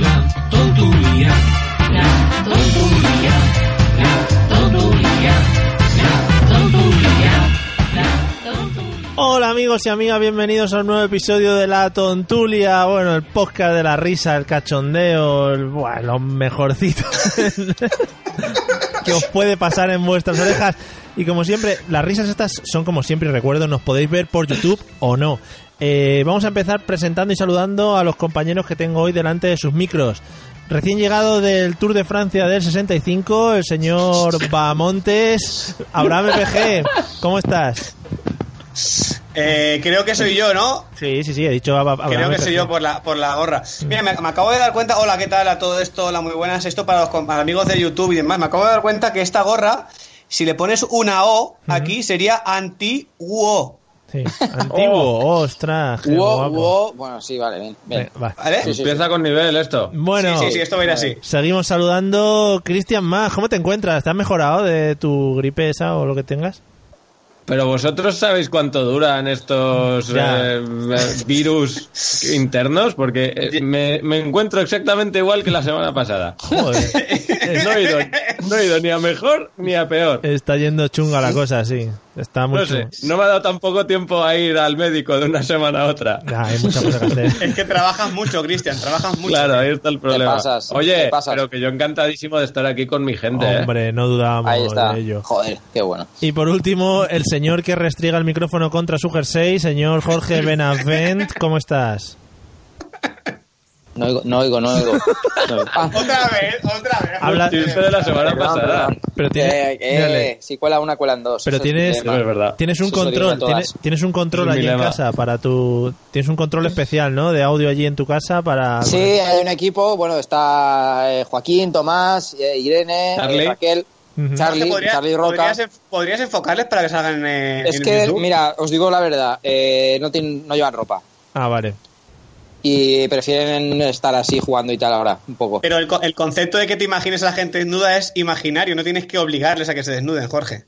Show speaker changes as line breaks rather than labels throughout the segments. La tontulia, la tontulia, la tontulia, la tontulia, la tontulia.
Hola amigos y amigas, bienvenidos a un nuevo episodio de La Tontulia, bueno, el podcast de la risa, el cachondeo, el, buah, lo mejorcito que os puede pasar en vuestras orejas. Y como siempre, las risas estas son como siempre, y recuerdo, nos podéis ver por YouTube o no. Eh, vamos a empezar presentando y saludando a los compañeros que tengo hoy delante de sus micros. Recién llegado del Tour de Francia del 65, el señor Bamontes, Abraham PG, ¿cómo estás?
Eh, creo que soy yo, ¿no?
Sí, sí, sí, he dicho. ab- ab-
Creo
hablame,
que soy yo
perfecto.
por la, por la gorra. Mira, me, me acabo de dar cuenta. Hola, ¿qué tal a todo esto? Hola, muy buenas. Esto para los com- para amigos de YouTube y demás. Me acabo de dar cuenta que esta gorra, si le pones una O aquí, sería anti-UO.
Sí, antiguo,
Oh.
ostras. qué
Wow,
guapo.
wow. Bueno, sí, vale, bien. bien.
Ve- va.
¿Vale?
Sí, sí.
Empieza con nivel esto.
Bueno,
Sí, sí, sí, esto va a ir así.
seguimos saludando. Cristian Más, ¿cómo te encuentras? ¿Te has mejorado de tu gripe esa o lo que tengas?
Pero vosotros sabéis cuánto duran estos
Ya.
eh, eh, virus internos, porque eh, me, me encuentro exactamente igual que la semana pasada.
Joder,
No he ido, no he ido ni a mejor ni a peor.
está yendo chunga la cosa, sí. Está
No
Eh, mucho.
sé, no me ha dado tampoco tiempo a ir al médico de una semana a otra.
hay mucha cosa que hacer.
Es que trabajas mucho, Cristian, trabajas mucho.
Claro, ahí está el problema.
pasas, te
Oye,
pasas.
pero que yo encantadísimo de estar aquí con mi gente. ¿eh?
Hombre, no dudamos
Ahí está.
de ello.
Joder, qué bueno.
Y por último, el señor que restriega el micrófono contra su jersey, señor Jorge Benavent, ¿cómo estás?
No oigo, no oigo, no oigo. No oigo. Ah,
Otra vez, otra vez.
Habla-
El chiste de la semana
perdón,
pasada.
perdón.
Pero tiene-
Eh, eh,
mírale.
si cuela una, cuelan dos.
Pero
Eso es
tienes-
mi
Eso
lema.
es verdad.
Tienes un
Eso se lo digo a
control,
todas.
tienes, tienes un control
Es mi
allí en
lema.
casa para tu, tienes un control especial, ¿no? De audio allí en tu casa para.
Sí, hay un equipo. Bueno, está eh, Joaquín, Tomás, eh, Irene, eh,
Charlie.
Raquel,
Ujú.
Charlie,
podría-
Charlie Roca.
podrías, enf- podrías enfocarles para que salgan eh, en,
es que,
YouTube?
mira, os digo la verdad, eh, no, tienen- no llevan ropa.
Ah, vale.
Y prefieren estar así jugando y tal ahora, un poco.
Pero el, co- el concepto de que te imagines a la gente desnuda es imaginario, no tienes que obligarles a que se desnuden, Jorge.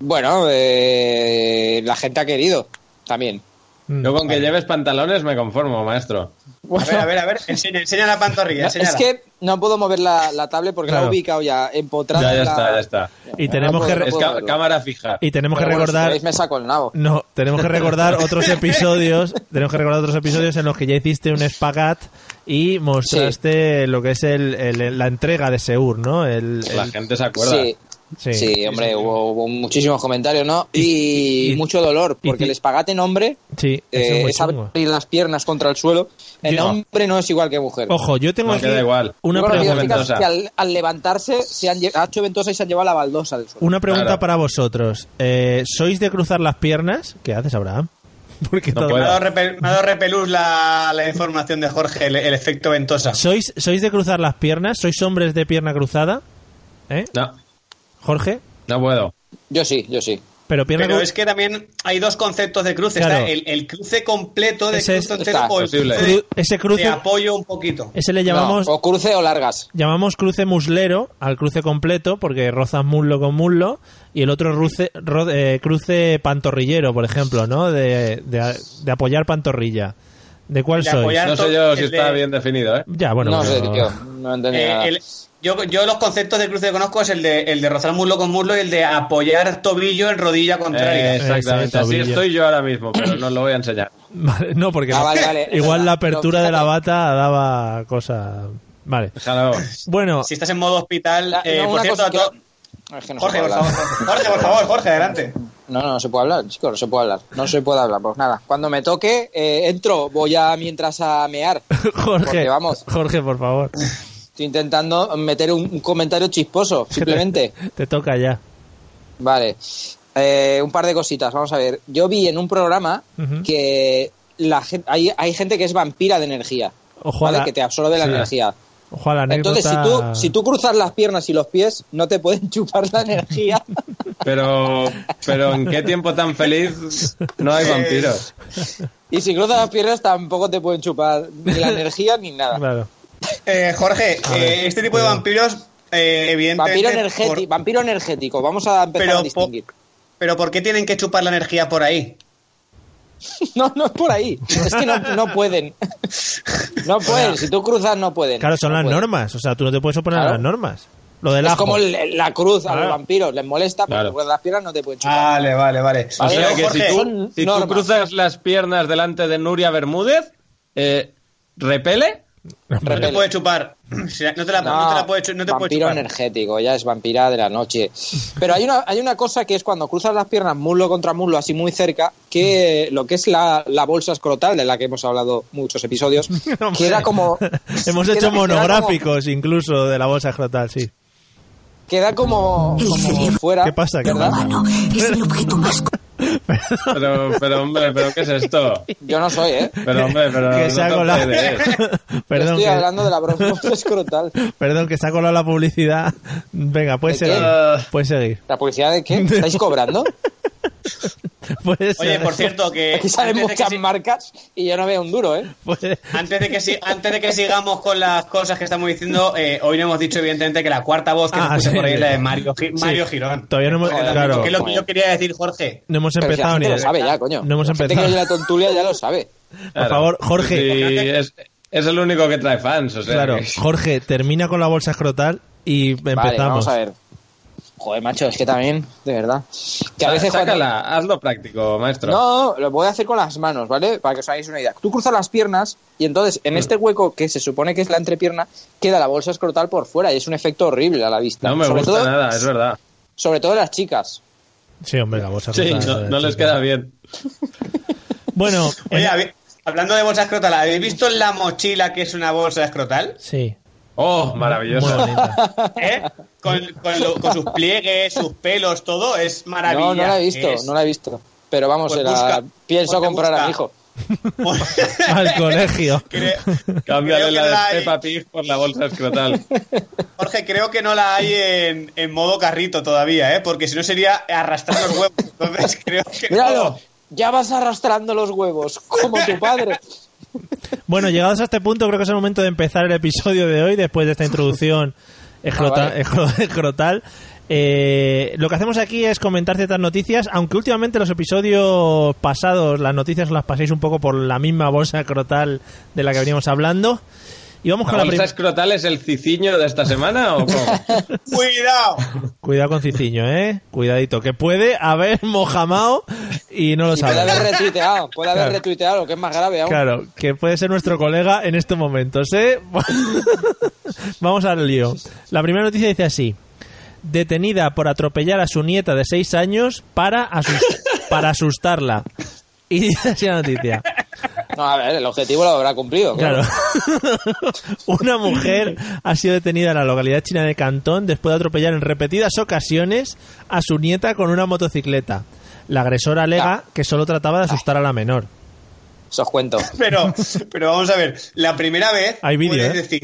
Bueno, eh, la gente ha querido también.
Mm.
Yo con que lleves pantalones me conformo, maestro.
A ver, a ver, a ver, enseña, enseña la pantorrilla, enséñala.
Es que Pues, no puedo mover la, la tablet porque la
Claro.
he ubicado ya empotrada.
Ya,
en
ya
la-
está, ya está.
Y tenemos que
puedo,
re-
Es
puedo
ca-
verlo.
cámara fija.
y tenemos que
Pero bueno, si
recordar
queréis me saco el nabo.
no, tenemos que recordar otros episodios, tenemos que recordar otros episodios en los que ya hiciste un espagat y mostraste lo que es el, el- la entrega de Seur, ¿no? El,
La
el-
gente se acuerda.
Sí,
sí.
sí, hombre, hubo, hubo muchísimos comentarios, ¿no? Y,
y-
mucho dolor,
y-
porque
y-
el espagate en hombre
Sí, eso
eh,
es muy
es
chungo.
abrir las piernas contra el suelo. En
Yo-
hombre no es igual que mujer.
Ojo, yo tengo
No,
aquí
que da igual.
una
Yo he conocido
pregunta.
chicas
Ventosa.
que al, al levantarse se han, lle- ha hecho ventosa y se han llevado la baldosa del suelo.
Una pregunta
Claro.
para vosotros. Eh, ¿Sois de cruzar las piernas? ¿Qué haces, Abraham? Porque
No
todo-
Me ha
puedo.
dado, repel- me ha dado repelús la, la información de Jorge, el, el efecto ventosa.
¿Sois, ¿Sois de cruzar las piernas? ¿Sois hombres de pierna cruzada? ¿Eh?
No,
Jorge.
no puedo.
Yo sí, yo sí.
Pero pierna
Pero
cru-
es que también hay dos conceptos de cruce.
Claro.
Está el, el cruce completo de
Ese es-
cruce entero
está,
o el
posible.
cruce de-
cru- ese
de
cruce
apoyo un poquito.
ese le llamamos
No, o cruce o largas.
llamamos cruce muslero al cruce completo porque rozas muslo con muslo y el otro ruce- ro- eh, cruce pantorrillero, por ejemplo, ¿no? De, de- de apoyar pantorrilla. ¿De cuál
De
sois?
apoyar-
No sé yo si
El de-
está bien definido, ¿eh.
Ya, bueno.
no sé,
pero-
tío. No entendí
Eh,
nada.
el- yo, yo los conceptos de cruce que conozco es el de, el de rozar muslo con muslo y el de apoyar tobillo en rodilla
Eh,
contraria.
Ese
exactamente. Así
tobillo.
estoy yo ahora mismo, pero no os lo voy a enseñar.
Vale, no, porque
Ah,
la-
vale, vale, es
igual
verdad.
la apertura
Pero
de la
fíjate.
bata daba cosa. Vale.
Déjalo.
Bueno,
si estás en modo hospital,
La-
eh,
no,
por
una
cierto,
cosa
a to-
que- Es que no se
Jorge,
puede
por
hablar.
favor, Jorge, por favor, Jorge, adelante.
No, no, no se puede hablar, chicos, no se puede hablar. No se puede hablar, pues nada. Cuando me toque, eh, entro, voy a mientras a mear.
Jorge,
Porque vamos,
Jorge, por favor,
estoy intentando meter un, un comentario chisposo, simplemente.
te toca ya.
Vale. Eh, un par de cositas, vamos a ver. Yo vi en un programa
Ujú.
que la gen- hay, hay gente que es vampira de energía,
Ojo a
¿vale?
la-
Que te absorbe la
sí.
energía.
Ojo a la anécdota.
Entonces, si tú, si tú cruzas las piernas y los pies, no te pueden chupar la energía.
Pero, pero ¿en qué tiempo tan feliz no hay vampiros?
y si cruzas las piernas, tampoco te pueden chupar ni la energía ni nada.
Claro.
Eh, Jorge,
A ver,
eh, este tipo de
cuidado.
vampiros, eh, evidentemente.
Vampiro energético,
por-
vampiro energético, vamos a empezar
Pero
a
po-
distinguir.
pero ¿por qué tienen que chupar la energía por ahí?
No, no es por ahí. Es que no, no pueden. No pueden. Si tú cruzas, no pueden.
Claro, son
No
las
pueden.
normas. O sea, tú no te puedes oponer a
Claro.
las normas. Lo del
Es
ajo.
como el- la cruz a
Ah.
Claro.
los vampiros. Les molesta, pero
Claro.
si cruzas las piernas no te pueden chupar.
Vale, vale, vale.
O
Vale,
sea
Pero,
que si
Jorge,
son
tú, si tú
normas.
cruzas las piernas delante de Nuria Bermúdez, eh, ¿repele?
no te
Repele.
puede chupar. Si la- No te la, no, te la puede, chu- no te puede
vampiro
chupar.
energético, ya es vampira de la noche. Pero hay una, hay una cosa que es cuando cruzas las piernas muslo contra muslo, así muy cerca, que lo que es la, la bolsa escrotal, de la que hemos hablado muchos episodios, que era como...
Hemos hecho
queda- queda como-
monográficos incluso de la bolsa escrotal, sí.
Queda como,
¿En
como
serio?
fuera.
¿Qué pasa? ¿Qué
¿verdad?
pasa?
Bueno, Ah, es el objeto más
Pero, pero hombre, pero ¿qué es esto?
Yo no soy, ¿eh?
Pero hombre, pero
que
no
se ha
te
colado.
enteres.
perdón,
Yo estoy
que,
hablando de la bolsa escrotal.
perdón, que se ha colado la publicidad. Venga, puedes
¿De
seguir.
Ah.
qué?
Puedes seguir.
¿La publicidad de qué? ¿Estáis cobrando?
Puedes
Oye,
seguir.
por cierto, que.
Aquí salen
Eh, antes de que
muchas
si-
marcas y yo no veo un duro, ¿eh?
Puedes-
Antes de, que, si- antes de que sigamos con las cosas que estamos diciendo, eh, hoy no hemos dicho, evidentemente, que la cuarta voz que
Ah,
nos puso
sí.
por ahí es la de Mario, Gi-
Sí.
Mario Girón.
Todavía no hemos-
Eh,
claro.
Que es lo que yo quería decir, Jorge.
No hemos
Pero si la
empezado ni
gente lo
de-
sabe ya, coño.
No hemos
La gente
empezado.
que oye la tontulia ya lo sabe.
Por favor, Jorge.
Sí, es, es el único que trae fans, o sea.
Claro,
que-
Jorge, termina con la bolsa escrotal y empezamos.
Vale, vamos a ver. Joder, macho, es que también, de verdad. Que a veces cuando-
Sácala, hazlo práctico, maestro.
No, lo voy a hacer con las manos, ¿vale? Para que os hagáis una idea. Tú cruzas las piernas y entonces en este hueco que se supone que es la entrepierna queda la bolsa escrotal por fuera y es un efecto horrible a la vista.
No me
sobre
gusta
todo,
nada, es verdad.
Sobre todo las chicas.
Sí, hombre, la bolsa
Sí,
escrotal.
no,
eh,
no les
chica.
queda bien.
Bueno,
Oye,
eh,
habéis- hablando de bolsa escrotal, ¿habéis visto la mochila que es una bolsa escrotal?
sí,
Oh,
muy
maravilloso.
bonita.
¿Eh? Con, con lo- con sus pliegues, sus pelos, todo, es maravilla.
No, no la he visto,
Es-
no la he visto. Pero vamos,
Pues
se la-
busca,
pienso
porque
comprar
busca.
a mi hijo.
Al colegio.
Creo- creo
Cámbiale
que
la
no la
de
hay.
Peppa Pig por la bolsa escrotal.
Jorge, creo que no la hay en, en modo carrito todavía, ¿eh? Porque si no sería arrastrar los huevos. Entonces creo que no.
Míralo, ya vas arrastrando los huevos, como tu padre.
Bueno, llegados a este punto, creo que es el momento de empezar el episodio de hoy, después de esta introducción escrota-
Ah, vale.
escro- escrotal. Eh, lo que hacemos aquí es comentar ciertas noticias, aunque últimamente los episodios pasados, las noticias os las paséis un poco por la misma bolsa escrotal de la que veníamos hablando. Y vamos
¿La
con la
bolsa
primera.
escrotal es el ciciño de esta semana o cómo?
¡Cuidado!
Cuidado con Ciciño, ¿eh? Cuidadito, que puede haber mojamao y no lo
Y puede
sabe.
haber retuiteado, puede haber
Claro.
retuiteado, lo que es más grave aún.
Claro, que puede ser nuestro colega en estos momentos, ¿eh? Vamos al lío. La primera noticia dice así. Detenida por atropellar a su nieta de 6 años para, asus- para asustarla. Y dice así la noticia.
No, a ver, el objetivo lo habrá cumplido.
Claro. Una mujer ha sido detenida en la localidad china de Cantón después de atropellar en repetidas ocasiones a su nieta con una motocicleta. La agresora alega que solo trataba de asustar a la menor.
Eso os cuento.
Pero, pero vamos a ver, la primera vez
Hay vídeo,
puedes,
¿eh?
decir,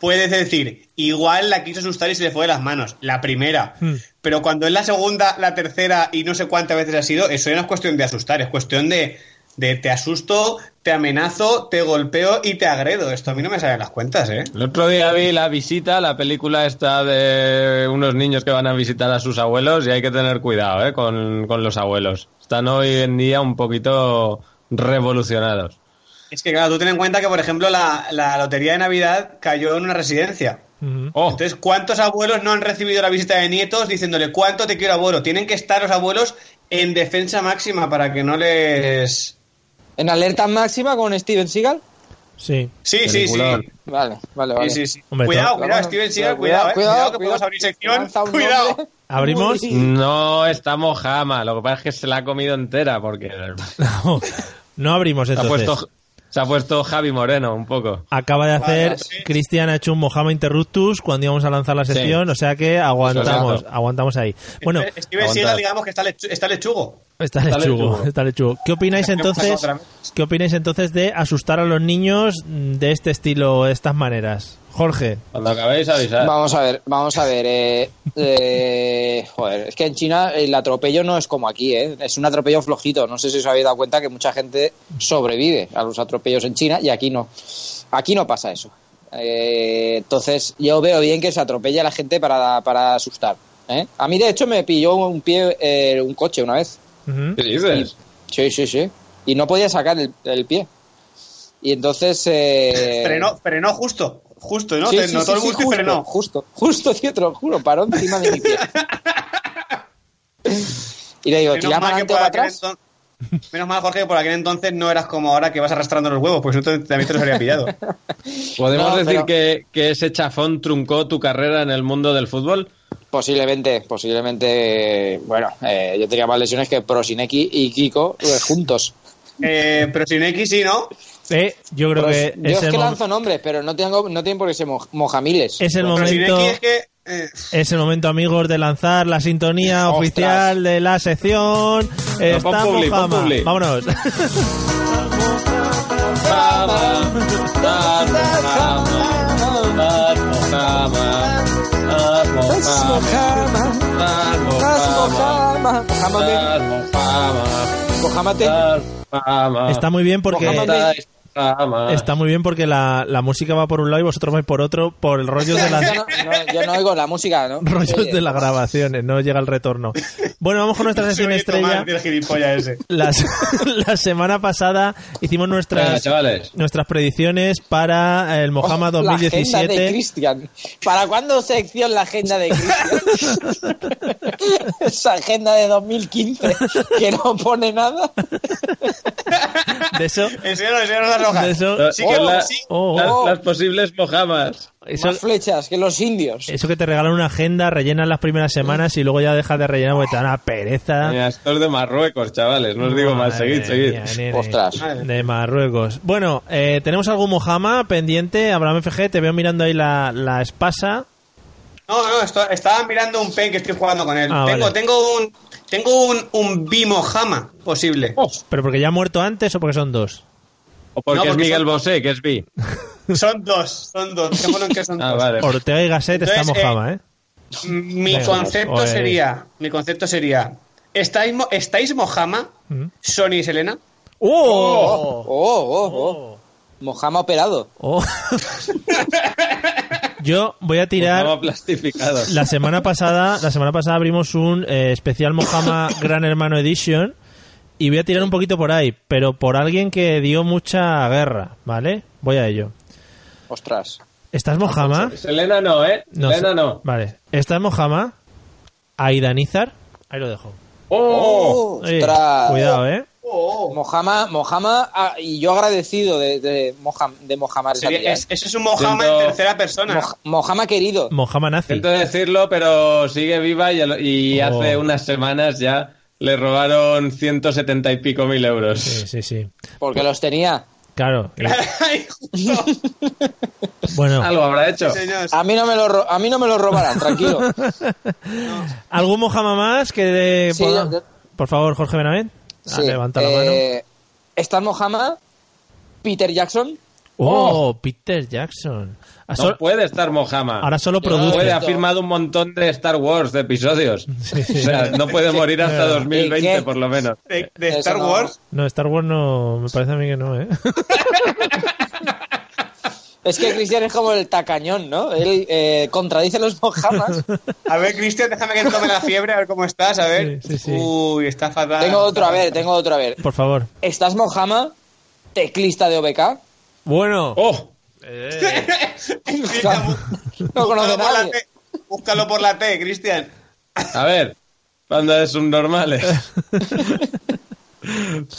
puedes decir, igual la quiso asustar y se le fue de las manos, la primera.
Hmm.
Pero cuando es la segunda, la tercera y no sé cuántas veces ha sido, eso ya no es cuestión de asustar, es cuestión de, de te asusto, te amenazo, te golpeo y te agredo. Esto a mí no me salen las cuentas, ¿eh?
El otro día vi La Visita, la película esta de unos niños que van a visitar a sus abuelos y hay que tener cuidado ¿eh? con, con los abuelos. Están hoy en día un poquito revolucionados.
Es que claro, tú ten en cuenta que, por ejemplo, la, la lotería de Navidad cayó en una residencia.
Ujú.
Oh,
Entonces, ¿cuántos abuelos no han recibido la visita de nietos diciéndole cuánto te quiero abuelo? Tienen que estar los abuelos en defensa máxima para que no les...
¿En alerta máxima con Steven Seagal?
Sí.
Sí, sí, sí.
Peliculón.
Vale, vale, vale.
Sí, sí, sí.
Hombre,
cuidado,
todo-
cuidado, Steven Seagal, cuidado, eh. Cuidado, que podemos abrir sección.
Lanza un
Cuidado.
nombre.
¿Abrimos?
Uy.
no está mojama, lo que pasa es que se la ha comido entera porque
No abrimos
se ha
entonces.
puesto, se ha puesto Javi Moreno un poco.
Acaba de hacer,
Vale, sí.
Cristian ha hecho un Mojama Interruptus cuando íbamos a lanzar la sección, o sea que aguantamos,
Exacto.
aguantamos ahí. Bueno,
Eh, Steven
aguantad.
Seagal, digamos que está, lechu- está lechugo.
está
está
lechugo,
lechugo.
está lechugo. ¿Qué opináis entonces?
Otra vez.
¿Qué opináis entonces de asustar a los niños de este estilo, de estas maneras? Jorge,
Cuando acabéis avisar.
Vamos a ver, vamos a ver. eh, eh, joder, es que en China el atropello no es como aquí, ¿eh? Es un atropello flojito. No sé si os habéis dado cuenta que mucha gente sobrevive a los atropellos en China y aquí no. Aquí no pasa eso. Eh, entonces, yo veo bien que se atropella a la gente para, para asustar. ¿eh? A mí, de hecho, me pilló un pie eh, un coche una vez.
Ujú.
¿Qué dices?
Sí, sí, sí. Y no podía sacar el, el pie. Y entonces. Eh,
Frenó, frenó justo. Justo, ¿no?
Sí,
Te
sí,
notó
sí,
el
sí,
gusto y
justo,
frenó.
Justo, justo, tío, te lo juro, paró encima de mi pie. Y le digo,
Menos
¿tira
mal,
para
que
adelante
por
o para
aquel
atrás?
enton- Menos mal, Jorge, que por aquel entonces no eras como ahora que vas arrastrando los huevos, pues yo te- también te los habría pillado.
¿Podemos
No,
decir
pero-
que, que ese chafón truncó tu carrera en el mundo del fútbol?
Posiblemente, posiblemente. Bueno, eh, yo tenía más lesiones que Prosineki y Kiko eh, juntos.
Eh, pero sin X sí, ¿no?
Eh, yo creo
Pros-
que
Pues yo
es
es
el,
que
mom-
lanzo nombres, pero no tengo, no tienen por qué ser mo- mojamiles.
es el
Pero sin
momento...
X es que. eh,
Es el momento, amigos, de lanzar la sintonía
Ostras.
oficial de la sección. Está
pon publi, pon
Mojama.
publi.
Vámonos.
Ah, Mojámate.
Ah.
Está muy bien porque
Mojama.
está muy bien porque la, la música va por un lado y vosotros vais por otro por el rollo de
Yo
las
no, no, yo no oigo la música, ¿no?
rollos
Oye,
de las grabaciones, no llega el retorno. Bueno, vamos con nuestra sesión
soy
estrella.
Tomás, del gilipollas ese.
Las- la semana pasada hicimos
Venga,
nuestras
chavales.
nuestras predicciones para el Mojama
Oh, La agenda de
2017.
Cristian. ¿Para cuándo sección la agenda de Cristian? Esa agenda de 2015 que no pone nada.
De eso,
Enséñanos, enséñanos las rojas.
de eso,
Sí que-
Hola.
sí.
oh,
Las,
oh,
las posibles mojamas.
eso- Eh,
Más flechas que los indios.
Eso que te regalan una agenda, rellenas las primeras semanas y luego ya dejas de rellenar porque te da una pereza.
Mira, esto es de Marruecos, chavales. No os digo más.
Ah. Madre
Seguid, seguid.
mía, nene.
Ostras.
De Marruecos. Bueno, eh, tenemos algún Mojama pendiente. Abraham FG, te veo mirando ahí la, la espasa.
No, no, esto- estaba mirando un pen que estoy jugando con él.
Ah,
tengo,
vale.
tengo un. Tengo un, un Bimojama posible.
Oh.
¿Pero porque ya ha muerto antes o porque son dos?
O porque,
No, porque
es Miguel
son-
Bosé, que es bi.
Son dos, son dos. Dejémoslo en que son
Ah,
dos.
vale.
Ortega y Gasset está
Entonces, eh,
Mojama, ¿eh?
Mi
Venga, pues,
concepto
joder.
sería. Mi concepto sería. ¿Estáis, mo- estáis Mojama?
Mm.
Sony y Selena.
¡Oh!
Oh, oh, oh. Mojama operado.
Oh. Yo voy a tirar...
Mojama plastificado.
La semana pasada, la semana pasada abrimos un eh, especial Mojama Gran Hermano Edition y voy a tirar un poquito por ahí, pero por alguien que dio mucha guerra, ¿vale? Voy a ello.
Ostras.
¿Estás Mojama?
Selena no, ¿eh? Selena
sé.
no.
Vale. ¿Estás Mojama? Aidanizar. Ahí lo dejo.
¡Oh!
Oye,
ostras.
cuidado, ¿eh?
Oh, Mojama, Mojama, ah, y yo agradecido de, de, Mojam- de Mojama.
Sería-
Resatilla,
es- ese es un Mojama
Siento-
en tercera persona.
Moj- Mojama querido.
Mojama nazi.
Siento decirlo, pero sigue viva y, al- y
Oh.
hace unas semanas ya le robaron 170 y pico mil euros.
Sí, sí, sí.
Porque los tenía.
Claro.
Ay, justo.
Bueno,
Algo habrá hecho.
Señores,
A mí no me lo, ro- a mí no me lo robarán, tranquilo.
Ah, ¿algún Mojama más que de-
Sí,
poda-
yo-
Por favor, Jorge Benavent. Ah,
Sí,
levanta la mano.
eh, ¿Están Mojama? ¿Peter Jackson?
Oh, Peter Jackson. Ah,
No
sol-
puede estar Mojama.
ahora solo
No
No puede,
produce.
ha firmado un montón de Star Wars de episodios.
sí.
O sea, no puede morir hasta
¿Y
2020,
qué?
por lo menos.
de, de
Eso
Star
no.
Wars.
No, Star Wars no. Me parece a mí que no, ¿eh?
Es que Cristian es como el tacañón, ¿no? Él eh, contradice los mojamas.
A ver, Cristian, déjame que tome la fiebre, a ver cómo estás, a ver.
Sí, sí, sí.
Uy, está fatal.
tengo otro, a ver, tengo otro, a ver.
Por favor.
¿Estás Mojama? Teclista de OBK.
Bueno.
¡Oh!
Cristian, bú-
No conoce
búscalo por la
nadie.
T. Búscalo por la T, Cristian.
A ver, banda de subnormales.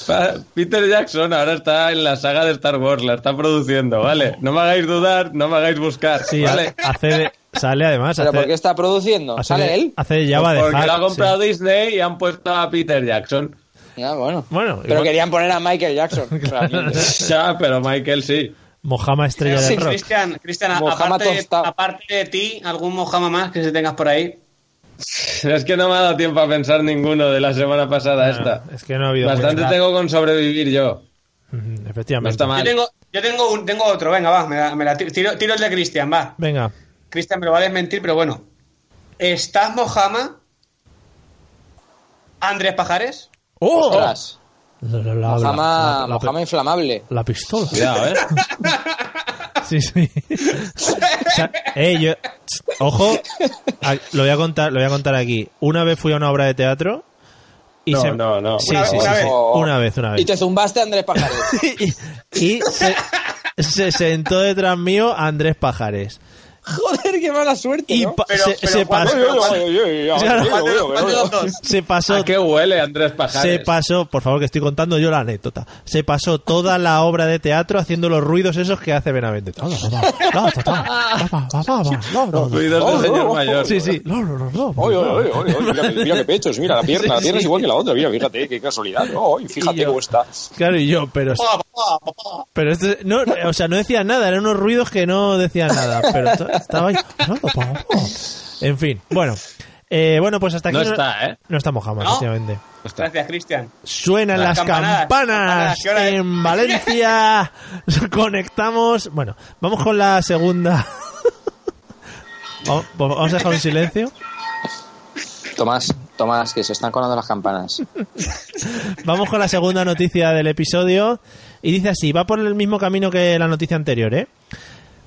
Pa- Peter Jackson ahora está en la saga de Star Wars, la está produciendo, ¿vale? No me hagáis dudar, no me hagáis buscar,
Sí,
¿vale?
ha- hace de- Sale además.
¿Pero
hace,
por qué está produciendo?
hace
¿Sale
de,
él? Pues
Hace de Java de
Porque
hack,
lo ha comprado
sí.
Disney y han puesto a Peter Jackson.
Ya, bueno.
Bueno,
pero
igual-
querían poner a Michael Jackson. realmente.
Ya, pero Michael sí.
Mojama estrella
Sí,
del rock.
Cristian, Cristian, a-
Mojama
aparte, de-
tostado.
aparte de ti, algún mojama más que se tengas por ahí.
Es que no me ha dado tiempo a pensar ninguno de la semana pasada
Ah,
esta.
es Pues, que no ha habido
Bastante
mucho.
tengo con sobrevivir yo.
Ujú,
No
Efectivamente.
está mal.
Yo tengo, yo tengo, un- tengo otro, venga, va, me la, me la tiro, tiro- tiro el de Cristian, va.
Venga.
Cristian me lo va a desmentir, pero bueno. ¿Estás mojama? Andrés Pajares.
¡Oh!
Ostras,
La, la- la-
Mojama,
la- la-
Mojama inflamable.
la pistola.
Cuidado, ¿eh?
Sí, sí. O sea, eh, yo- ojo, a- lo voy a contar, lo voy a contar aquí. Una vez fui a una obra de teatro y
No,
se-
no, no.
Sí,
Una
sí,
vez,
sí,
una
sí.
vez.
Una vez, una vez.
Y te zumbaste a Andrés Pajares.
y se, se sentó detrás mío Andrés Pajares.
Joder, qué mala suerte.
Y
¿no?
pa-
Pero-
se,
pero
se
Juan-
pasó,
pero Juan-
Claro.
¿Cuál de los- cuál de los dos?
se pasó,
¿A Ah, qué huele Andrés Pajares?
se pasó, por favor que estoy contando yo la anécdota. Se pasó toda la obra de teatro haciendo los ruidos esos que hace Benavente.
Ruidos del señor mayor.
Sí, sí.
Oye, oye, oye, oye, mira, que- mira qué pechos, mira la pierna, la
Sí,
pierna es
sí.
igual que la otra, mira, fíjate, qué casualidad. Oh, y
Y yo-
fíjate cómo está.
Claro, y yo, pero
Papá, papá, papá.
Pero este, no, o sea, no decía nada, eran unos ruidos que no decían nada, pero esto- estaba ahí. En fin, bueno. Eh, bueno, pues hasta aquí.
No está, ¿eh?
No estamos jamás,
¿No?
efectivamente.
Gracias, Cristian.
Suenan las,
Las
campanas,
campanadas, campanadas, ¿qué hora es?
en Valencia. Conectamos. Bueno, vamos con la segunda. Vamos- Vamos a dejar un silencio.
Tomás, Tomás, que se están colando las campanas.
Vamos con la segunda noticia del episodio. Y dice así, va por el mismo camino que la noticia anterior, ¿eh?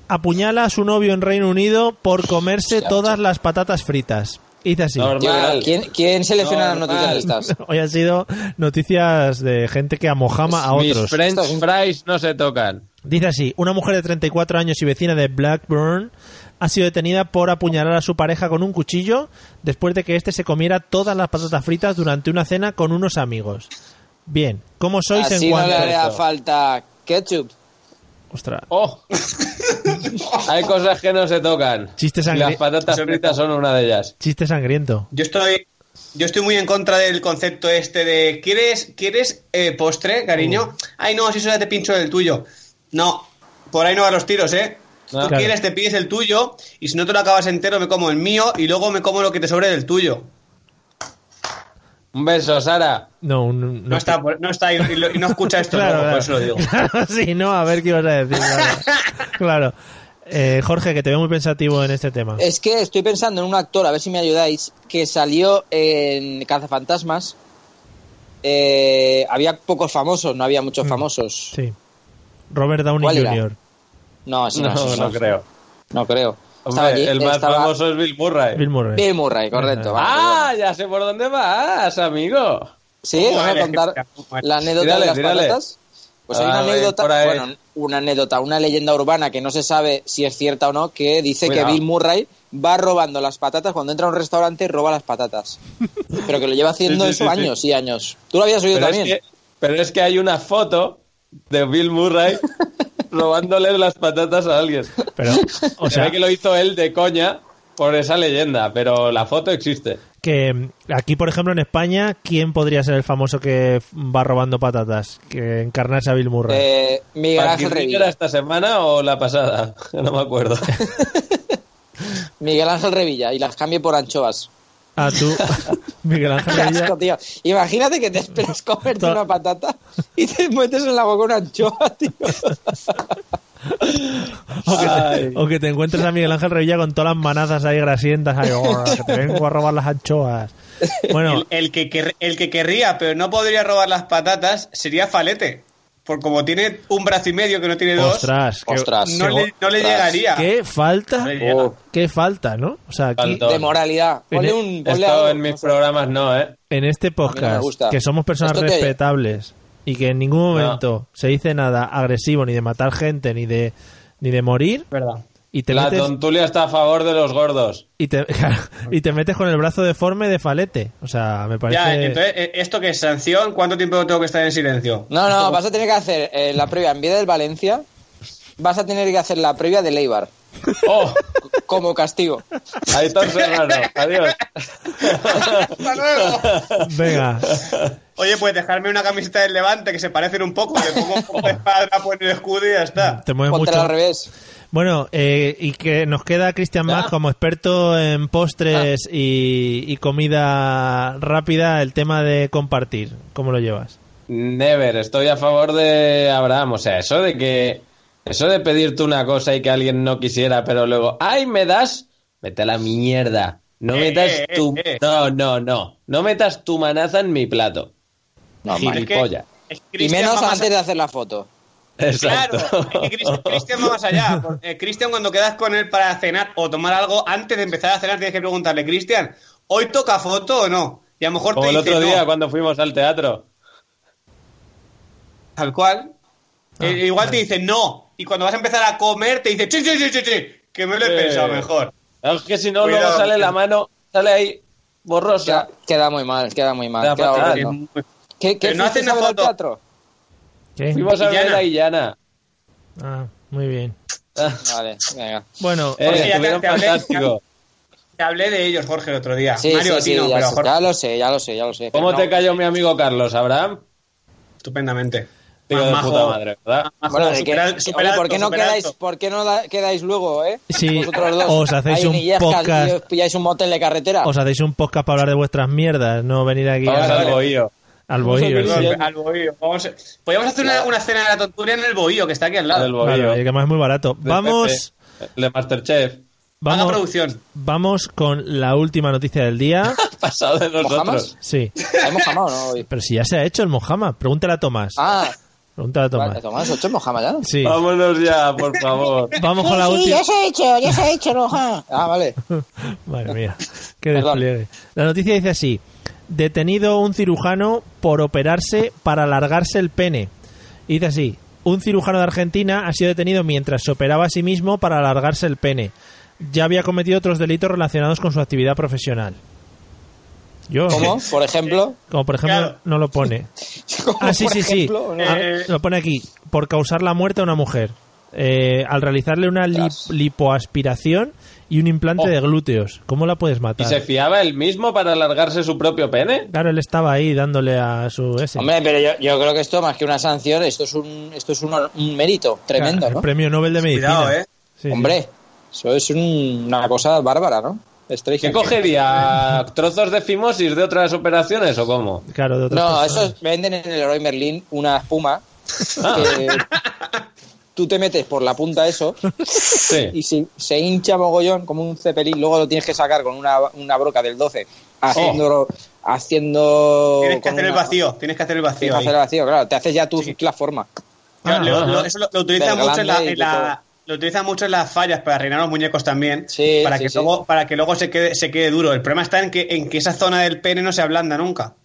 Apuñala a su novio en Reino Unido por comerse todas las patatas fritas. Y dice así.
Normal.
Ya, ¿quién, quién selecciona
No,
las noticias
no.
de estas?
Hoy han sido noticias de gente que amojama a
Mis
otros.
French fries no se tocan.
Dice así, una mujer de 34 años y vecina de Blackburn ha sido detenida por apuñalar a su pareja con un cuchillo después de que éste se comiera todas las patatas fritas durante una cena con unos amigos. Bien, ¿cómo sois en
Así no
cuanto
le
a
haría
esto?
falta ketchup.
Ostras.
¡Oh! Hay cosas que no se tocan.
Chiste
Y
sangri-
Las patatas fritas son una de ellas.
Chiste sangriento.
Yo estoy, yo estoy muy en contra del concepto este de ¿quieres, quieres eh, postre, cariño?
Mm.
Ay, no, si solo te pincho el tuyo. No, por ahí no van los tiros, ¿eh?
Ah.
Tú
Claro.
quieres, te pides el tuyo y si no te lo acabas entero me como el mío y luego me como lo que te sobre del tuyo.
Un beso, Sara.
No, un-
No, está, por- no está ahí y, lo- y no escucha esto,
Claro,
luego,
claro.
por eso lo digo.
Claro, sí, no, a ver qué ibas a decir. Claro. Claro. Eh, Jorge, que te veo muy pensativo en este tema.
Es que estoy pensando en un actor, a ver si me ayudáis, que salió en Cazafantasmas. Eh, había pocos famosos, no había muchos famosos.
Sí. Robert Downey
¿Cuál era?
Jr.
No, así no,
No,
así
no, creo.
No creo.
Hombre,
Estaba allí,
el más
estaba
famoso es Bill Murray.
Bill Murray.
Bill Murray, correcto. vale,
¡Ah!
perdón.
Ya sé por dónde vas, amigo.
Sí,
¿Cómo
vamos a
eres,
contar
Cristian? ¿Cómo eres?
la anécdota
Tírale,
de las
tírale.
patatas. Pues hay una
A ver,
anécdota,
por ahí.
bueno, una anécdota, una leyenda urbana que no se sabe si es cierta o no, que dice
Cuidado.
que Bill Murray va robando las patatas cuando entra a un restaurante y roba las patatas. Pero que lo lleva haciendo
Sí, sí,
eso
sí, sí.
años y años. Tú lo habías oído
Pero es,
también.
que, pero es que hay una foto de Bill Murray robándole las patatas a alguien.
Pero, o
Se
sea,
ve que lo hizo él de coña por esa leyenda, pero la foto existe.
que mm, aquí, por ejemplo, en España, ¿quién podría ser el famoso que f- va robando patatas? Que encarnase a Bill Murray.
Eh, Miguel Ángel
¿Era
Revilla.
esta semana o la pasada? No me acuerdo.
Miguel Ángel Revilla y las cambie por anchoas.
A Ah, tú, Miguel Ángel
Qué
Revilla.
asco, tío. Imagínate que te esperas comerte
To-
una patata y te metes en la boca una anchoa, tío.
O que, te, o que te encuentres a Miguel Ángel Revilla con todas las manazas ahí grasientas. Ahí, "Oh, que te vengo a robar las anchoas. Bueno,
El, el que quer- el que querría, pero no podría robar las patatas, sería Falete. Por como tiene un brazo y medio que no tiene dos,
ostras. qué-
Ostras.
no, le, no le
ostras.
llegaría.
¿Qué falta?
No le llega.
Oh.
qué falta, ¿no? O sea, aquí
Faltó.
De moralidad. Ponle un, ponle algo,
Esto en mis
no sé.
programas no, ¿eh?
en este
A mí no
podcast,
me gusta.
que somos personas
¿Esto qué?
respetables y que en ningún momento se dice nada agresivo, ni de matar gente, ni de ni de morir,
Verdad.
y te,
La
metes,
tontulia está a favor de los gordos.
y, te, y te metes con el brazo deforme de falete. O sea, me parece...
Ya, entonces, eh, ¿esto qué es? ¿Sanción? ¿Cuánto tiempo tengo que estar en silencio?
No, no, vas a tener que hacer eh, la previa en vez del Valencia, vas a tener que hacer la previa del Eibar,
¡Oh!
c- como castigo.
Aitor Serrano. Adiós.
¡Hasta luego!
Venga.
Oye, pues dejarme una camiseta del Levante que se parecen un poco, le pongo un poco de espalda, pongo el escudo y ya está.
Te mueve
Ponte
mucho.
al revés.
Bueno, eh, y que nos queda Cristian Más como experto en postres y, y comida rápida, el tema de compartir. ¿Cómo lo llevas?
Never, estoy a favor de Abraham. O sea, eso de que. Eso de pedirte una cosa y que alguien no quisiera, pero luego. ¡Ay, me das! Vete a la mierda. No
Eh,
metas
eh, eh,
tu.
eh.
No, no, no. No metas tu manaza en mi plato.
No,
Es que-
Gilipollas.
es que
Y
Cristian
menos
va más
antes de hacer la foto.
Exacto.
Claro, es que Cristian- Cristian va más allá. Por- eh, Cristian, cuando quedas con él para cenar o tomar algo, antes de empezar a cenar tienes que preguntarle, Cristian, ¿hoy toca foto o no? Y a lo mejor
Como
te
el
dice
otro día
no,
cuando fuimos al teatro.
tal cual.
Ah,
Eh, igual te dice no. Y cuando vas a empezar a comer, te dice, sí, sí, sí, sí, sí, que me lo he
Eh.
pensado mejor.
Es que si no,
Cuidado,
luego sale la
que-
mano, sale ahí borrosa.
Queda, queda muy mal, queda muy mal.
Queda
queda
fatal.
horrendo. ¿Qué, qué
Pero no
fuisteis
hacen
a ver
la
al
foto.
teatro?
¿Qué?
Fuimos a ver
Illana.
a Illana.
Ah, muy bien.
Vale, venga.
Bueno,
Eh,
Jorge, ya te-
estuvieron
te hablé-
fantástico.
Te hablé de ellos, Jorge, el otro día.
Sí,
Mario,
sí,
a
sí,
ti no,
ya,
pero a
sé,
Jorge,
ya lo sé, ya lo sé, ya lo sé.
¿Cómo
pero
te
no.
cayó mi amigo Carlos, Abraham?
estupendamente.
Tío
Más
de
majo,
puta madre, ¿verdad?
más majo,
Bueno, de que-
super al-
que-
super
oye, ¿por
alto,
qué no
super
quedáis,
alto.
¿por qué no da- quedáis luego, eh?
Sí,
Vosotros dos.
os hacéis
Ahí
un
ni yescas,
podcast.
y os pilláis un motel de carretera.
os hacéis un podcast para hablar de vuestras mierdas, no venir aquí
Vamos
al-
al bohío.
al bohío.
Perdón,
sí.
Bien.
al bohío. Vamos a- Podríamos hacer una, una cena de la tonturia en el bohío, que está aquí al lado.
Del
Claro,
bohío.
y que además es muy barato.
De
Vamos,
Pepe, De Masterchef.
Haga
vamos,
producción.
vamos con la última noticia del día.
Pasado de nosotros.
¿Mojamas?
Sí,
¿Hemos jamado o no hoy?
pero si ya se ha hecho el Mojama, pregúntale a Tomás.
Ah,
Pregúntale a Tomás.
vale, Tomás, ocho hemos jamado ya.
Sí,
Vámonos ya, por favor.
vamos con la última.
se ha hecho, ya se ha hecho, no, Ah, vale.
Madre mía, qué
Perdón.
despliegue. La noticia dice así: detenido un cirujano por operarse para alargarse el pene. Y dice así: un cirujano de Argentina ha sido detenido mientras se operaba a sí mismo para alargarse el pene. Ya había cometido otros delitos relacionados con su actividad profesional. Yo,
¿Cómo? Por ejemplo.
como por ejemplo,
Claro.
no lo pone. Ah, sí,
por
sí, sí.
ejemplo, eh, ¿no?
Ah, lo pone aquí. Por causar la muerte a una mujer. Eh, al realizarle una li-
Ostras.
lipoaspiración y un implante
Oh.
de glúteos. ¿Cómo la puedes
¿Y
matar?
se fiaba él mismo para alargarse su propio pene?
Claro, él estaba ahí dándole a su ese.
Hombre, pero yo, yo creo que esto, más que una sanción, esto es un, esto es un, un mérito tremendo,
El
¿no?
premio Nobel de Medicina.
Cuidado, eh.
Sí, sí.
Hombre, eso es un- una cosa bárbara, ¿no?
¿Qué
Streichen.
cogería? ¿Trozos de fimosis de otras operaciones o cómo?
Claro, de otras
No,
personas.
eso venden en el Roy Merlin una espuma que tú te metes por la punta eso
Sí.
y se, se hincha mogollón como un cepelín, luego lo tienes que sacar con una, una broca del 12 haciéndolo, haciendo...
Oh. Tienes que
con
hacer el
una-
vacío. Tienes que hacer el
Tienes
vacío.
que
ahí. Oh.
hacer el vacío, claro, te haces ya tú la forma.
Claro, lo-
Ah,
lo-
ajá.
eso lo, lo utilizan
Del
mucho en, la,
grande y
en
de
la-
todo.
lo utilizan mucho en las fallas para reinar los muñecos también.
Sí,
para
sí,
que
sí.
luego, para que luego se quede, se quede duro. El problema está en que, en que esa zona del pene no se ablanda nunca.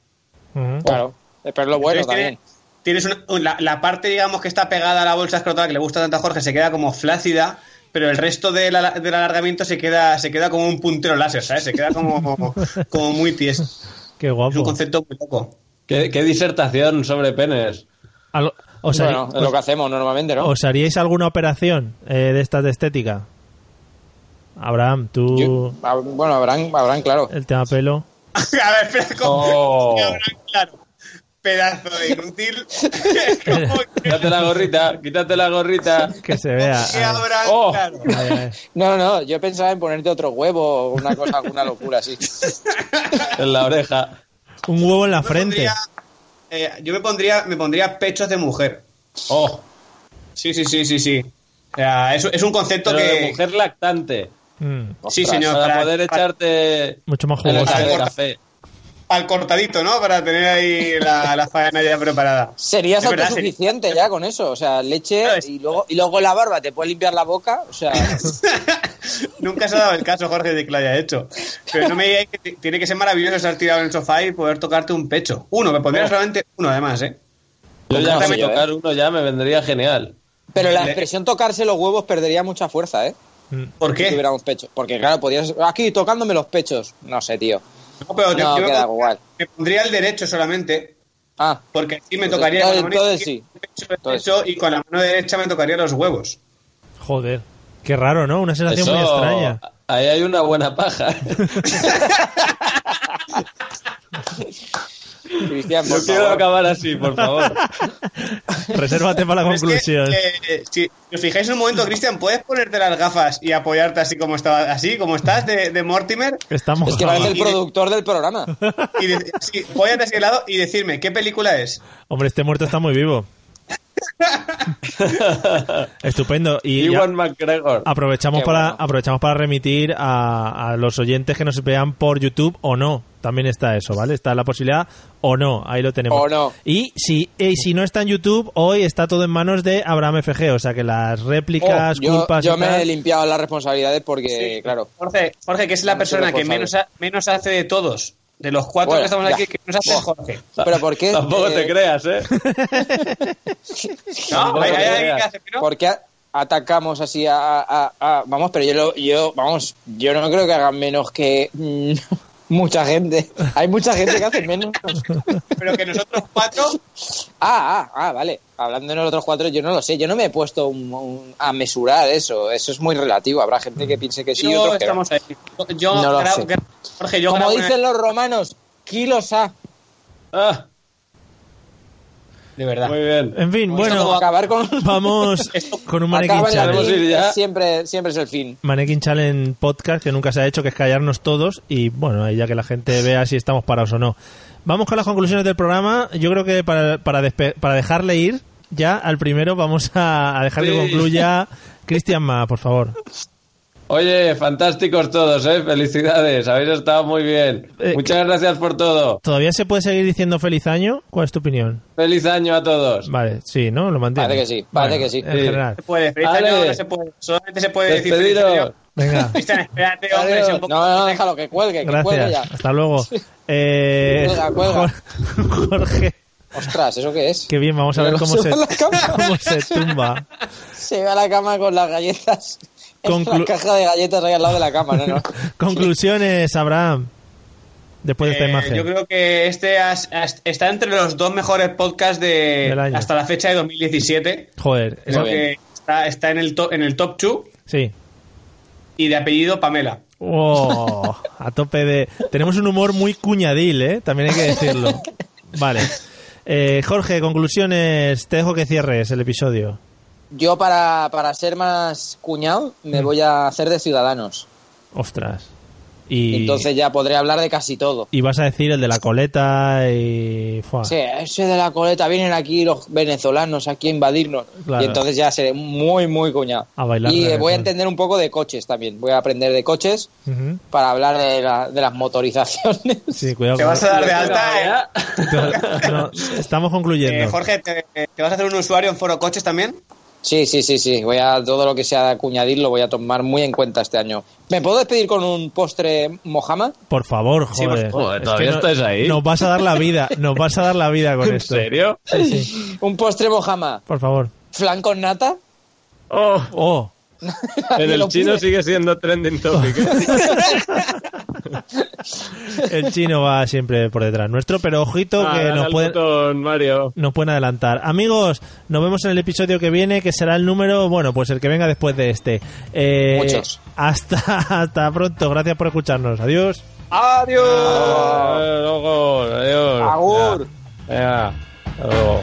Ujú.
Claro, pero es lo bueno
Entonces
también.
Tienes, tienes una- la, la parte, digamos, que está pegada a la bolsa escrotal que le gusta tanto a Jorge, se queda como flácida, pero el resto del, ala- del alargamiento se queda, se queda como un puntero láser, ¿sabes? Se queda como, como muy tieso.
Qué
Es un
guapo.
concepto muy loco.
¿Qué, qué disertación sobre penes?
Al- ¿Os, harí-
Bueno, es lo que hacemos normalmente, ¿no?
os haríais alguna operación eh, de estas de estética? Abraham, tú,
Yo- ah, bueno, habrán, habrán, claro.
el tema pelo.
A ver, espera, como-
Oh.
Hostia, Abraham, claro. Pedazo de inútil. Es como
Quítate la gorrita, quítate la gorrita.
Que se vea.
que Abraham,
Oh.
claro.
Ay, ay, ay.
No, no, yo pensaba en ponerte otro huevo o una cosa, alguna locura así.
En la oreja.
Un huevo en la
Me
frente.
pondría- eh, yo me pondría, me pondría pechos de mujer.
Oh,
Sí, sí, sí, sí, sí. O sea, es, es un concepto
pero
que.
de mujer lactante.
Mm,
Sí,
Ostras,
señor.
Para
para-
poder
para-
echarte
mucho más
en el
jugoso.
Para-
de café.
al cortadito, ¿no? Para tener ahí la, la faena ya preparada.
Serías
Es verdad,
autosuficiente ya con eso, o sea, leche
Claro, es-
y luego y luego la barba, te puedes limpiar la boca, o sea,
Nunca se ha dado el caso, Jorge, de que lo haya hecho. Pero no me digáis que t- tiene que ser maravilloso estar tirado en el sofá y poder tocarte un pecho. Uno, me pondría solamente uno, además, ¿eh?
Yo ya
Claro,
me
sí, ¿eh?
tocar uno ya me vendría genial.
pero la
Le-
expresión tocarse los huevos perdería mucha fuerza, ¿eh?
Mm.
¿Por
Si
qué?
tuviéramos pechos, porque claro, podías aquí tocándome los pechos, no sé, tío.
No, pero te-
No,
yo me,
queda
pondría-
igual.
me pondría el derecho solamente,
Ah,
porque así me
Entonces,
tocaría
entonces,
con la mano
entonces
izquierda
sí.
el pecho, el
Entonces
pecho, y con la mano derecha me tocaría los huevos.
Joder. Qué raro, ¿no? Una sensación muy
Eso,
extraña.
ahí hay una buena paja.
Cristian, por
No quiero
favor.
acabar así, por favor.
Resérvate para la
Pero es que,
conclusión.
eh, si os fijáis un momento, Cristian, ¿puedes ponerte las gafas y apoyarte así como estaba, así como estás de, de Mortimer?
Estamos.
Es que parece el productor del programa.
Y de- sí, apóyate así de lado y decirme qué película es.
Hombre, este muerto está muy vivo. Estupendo. Y ya- Ah,
Iwan McGregor.
Aprovechamos
Qué
para,
bueno.
aprovechamos para remitir a, a los oyentes que nos vean por YouTube o no. También está eso, ¿vale? Está la posibilidad o no. Ahí lo tenemos.
O no.
Y si, y si no está en YouTube, hoy está todo en manos de Abraham FG. O sea que las réplicas,
Oh, yo
culpas
yo
y
me he
tal-
limpiado las responsabilidades porque, Eh, claro.
Jorge, Jorge, que es la
No
persona
soy
que
responsable.
menos, ha- menos hace de todos. De los cuatro
Bueno,
que estamos
ya.
aquí, que menos hace es Jorge.
Pero ¿por qué?
Tampoco
eh,
te creas, ¿eh?
No,
Tampoco
hay, hay
te
alguien que
creas.
hace que no.
¿Por qué a- atacamos así a, a- a- a- Vamos, pero yo, lo- yo, vamos, yo no creo que hagan menos que mm, mucha gente. Hay mucha gente que hace menos.
Pero que nosotros cuatro,
Ah, ah, ah, vale. Hablando de nosotros cuatro, yo no lo sé. Yo no me he puesto un- un- a mesurar eso. Eso es muy relativo. Habrá gente que piense que sí y
yo
otros que no.
estamos ahí. Yo,
No lo
grabo-
sé.
grabo- Jorge, yo
Como
grabo una-
dicen los romanos, kilos a.
Ah,
De verdad.
muy bien.
En fin, bueno,
acabar con.
vamos con un Mannequin
Acaban
Challenge.
Podemos ir ya.
Siempre, siempre es el fin.
Mannequin Challenge podcast que nunca se ha hecho, que es callarnos todos y bueno, ahí ya que la gente vea si estamos parados o no. Vamos con las conclusiones del programa. Yo creo que para, para, despe- para dejarle ir ya al primero, vamos a, a dejar que
Sí.
concluya Cristian Ma, por favor.
Oye, fantásticos todos, ¿eh? Felicidades, habéis estado muy bien.
Eh,
Muchas gracias por todo.
¿Todavía se puede seguir diciendo feliz año? ¿Cuál es tu opinión?
Feliz año a todos.
Vale, sí, ¿no? Lo mantiene.
Parece que sí, parece que sí.
En
Sí.
general.
se puede, feliz
Ale.
año, no se puede. Solamente se puede decir feliz
Despediros.
año.
Venga,
Cristian, espérate, hombre,
Adiós.
sé un poco-
No, no, déjalo, que cuelgue, que cuelgue ya.
gracias. Hasta luego. Eh,
Cuelga, cuelga.
Jor- Jorge,
Ostras, ¿eso qué es?
qué bien, vamos a ver cómo se,
Se va a la cama.
cómo se tumba.
Se va a la cama con las galletas.
Conclu-
Con la caja de galletas ahí al lado de la cama, ¿no? no.
Conclusiones, Abraham. Después de esta
Eh,
imagen.
Yo creo que este has- has- está entre los dos mejores podcasts de
Del año.
hasta la fecha de 2017.
Joder,
Creo
eso-
que está, está en el to- en el top 2
sí.
y de apellido Pamela.
Oh, a tope de. Tenemos un humor muy cuñadil, ¿eh? También hay que decirlo. Vale. Eh, Jorge, conclusiones. Te dejo que cierres el episodio.
Yo, para, para ser más cuñado, me
Mm.
voy a hacer de ciudadanos.
Ostras. Y,
Entonces ya podré hablar de casi todo.
y vas a decir el de la coleta y. Fua.
Sí, ese de la coleta, vienen aquí los venezolanos aquí a invadirnos.
Claro.
Y entonces ya seré muy, muy cuñado.
A bailar
y eh,
reggaetón.
voy a entender un poco de coches también. Voy a aprender de coches
Ujú.
para hablar de, la- de las motorizaciones.
Sí, cuidado.
Te
con-
vas a dar de alta, eh.
No, estamos
Eh,
concluyendo.
Jorge, ¿te, te vas a hacer un usuario en Foro Coches también?
Sí, sí, sí, sí. Voy a todo lo que sea de acuñadir lo voy a tomar muy en cuenta este año. ¿Me puedo despedir con un postre mojama?
Por favor, joder. Es
favor,
que
¿todavía
no-
estáis ahí?
Nos vas a dar la vida. Nos vas a dar la vida con
¿En
esto.
serio?
Sí, sí.
Un postre mojama,
Por favor.
flan con nata.
Oh,
Oh,
en
Lo
el
pide.
chino sigue siendo trending topic. ¿eh?
el chino va siempre por detrás nuestro, pero ojito
Ah,
que
dale
nos
al
pueden,
botón, Mario.
nos pueden adelantar. Amigos, nos vemos en el episodio que viene, que será el número, bueno, pues el que venga después de este. Eh,
Muchos.
Hasta, hasta pronto, gracias por escucharnos. Adiós.
¡Adiós!
Eh, Luego, adiós.
Agur.
Venga, hasta luego.